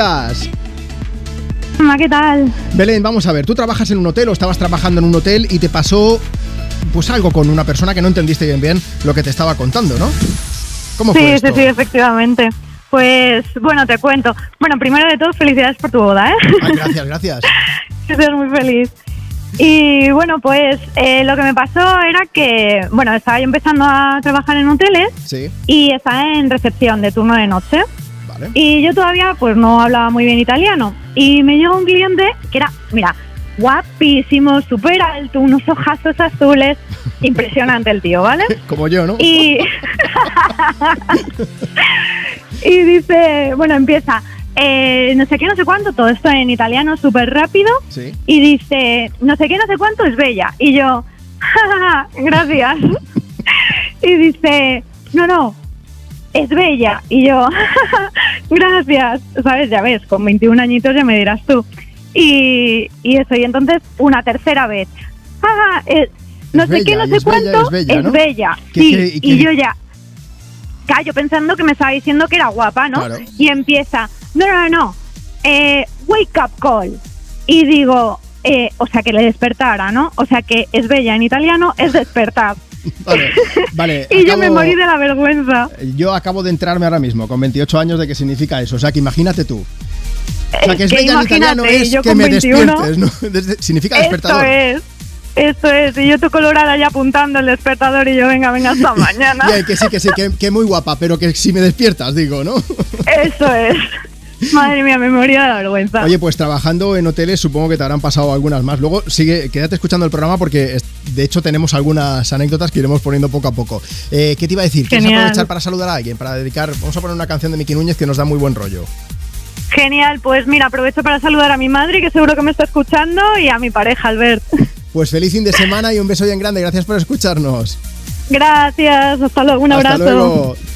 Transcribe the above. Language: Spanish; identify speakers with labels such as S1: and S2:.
S1: días.
S2: Mamá, ¿qué tal?
S1: Belén, vamos a ver, tú trabajas en un hotel o estabas trabajando en un hotel y te pasó pues algo con una persona que no entendiste bien bien lo que te estaba contando, ¿no? ¿Cómo
S2: sí,
S1: fue
S2: sí,
S1: esto?
S2: sí, efectivamente. Pues bueno, te cuento. Bueno, primero de todo, felicidades por tu boda, ¿eh?
S1: Ay, Ah, gracias, gracias.
S2: Que seas muy feliz. Y bueno, pues eh, lo que me pasó era que, bueno, estaba yo empezando a trabajar en hoteles
S1: Sí,
S2: y estaba en recepción de turno de noche.
S1: vale.
S2: Y yo todavía pues no hablaba muy bien italiano. Y me llegó un cliente que era, mira, guapísimo, súper alto, unos ojazos azules. Impresionante el tío, ¿vale?
S1: Como yo, ¿no?
S2: Y, y dice, bueno, empieza, eh, no sé qué, no sé cuánto, todo esto en italiano súper rápido,
S1: Sí.
S2: y dice, no sé qué, no sé cuánto, es bella. Y yo, "Ja, ja, ja, gracias. y dice, no, no, es bella. Y yo, "Ja, ja, ja, gracias. Sabes, ya ves, con 21 añitos ya me dirás tú. Y, y eso, y entonces una tercera vez, "Ja, ja, es- no
S1: Es
S2: sé qué,
S1: bella,
S2: no
S1: y
S2: sé
S1: es bella,
S2: cuánto,
S1: es bella, ¿no?
S2: bella".
S1: ¿Qué
S2: sí,
S1: quiere- y
S2: y
S1: qué-
S2: yo ya, callo pensando que me estaba diciendo que era guapa, ¿no?
S1: Claro.
S2: Y empieza, no, no, no, no, eh, wake up call. Y digo, eh, o sea, que le despertara, ¿no? O sea, que es bella en italiano, es despertar.
S1: Vale, vale.
S2: Y yo
S1: acabo-
S2: me morí de la vergüenza.
S1: yo acabo de enterarme ahora mismo, con 28 años, de qué significa eso. O sea, que imagínate tú. O sea, que es
S2: Eh, que
S1: bella en
S2: imagínate,
S1: italiano es
S2: yo
S1: que
S2: con
S1: me
S2: 21.
S1: despiertes, ¿no? Desde- significa
S2: Esto
S1: despertador.
S2: es, esto es. Y yo tu colorada ya apuntando el despertador y yo, venga, venga, hasta mañana.
S1: Bien, que sí, que sí, que, que muy guapa, pero que si me despiertas, digo, ¿no?
S2: Eso es. Madre mía, me moría de la vergüenza.
S1: Oye, pues trabajando en hoteles supongo que te habrán pasado algunas más. Luego sigue, quédate escuchando el programa porque es- de hecho tenemos algunas anécdotas que iremos poniendo poco a poco. Eh, ¿Qué te iba a decir? ¿Quieres
S2: Genial.
S1: aprovechar para saludar a alguien? Para dedicar, vamos a poner una canción de Miki Núñez que nos da muy buen rollo.
S2: Genial, pues mira, aprovecho para saludar a mi madre, que seguro que me está escuchando, y a mi pareja, Albert.
S1: Pues feliz fin de semana y un beso bien grande. Gracias por escucharnos.
S2: Gracias, hasta luego, un
S1: Hasta
S2: abrazo.
S1: luego.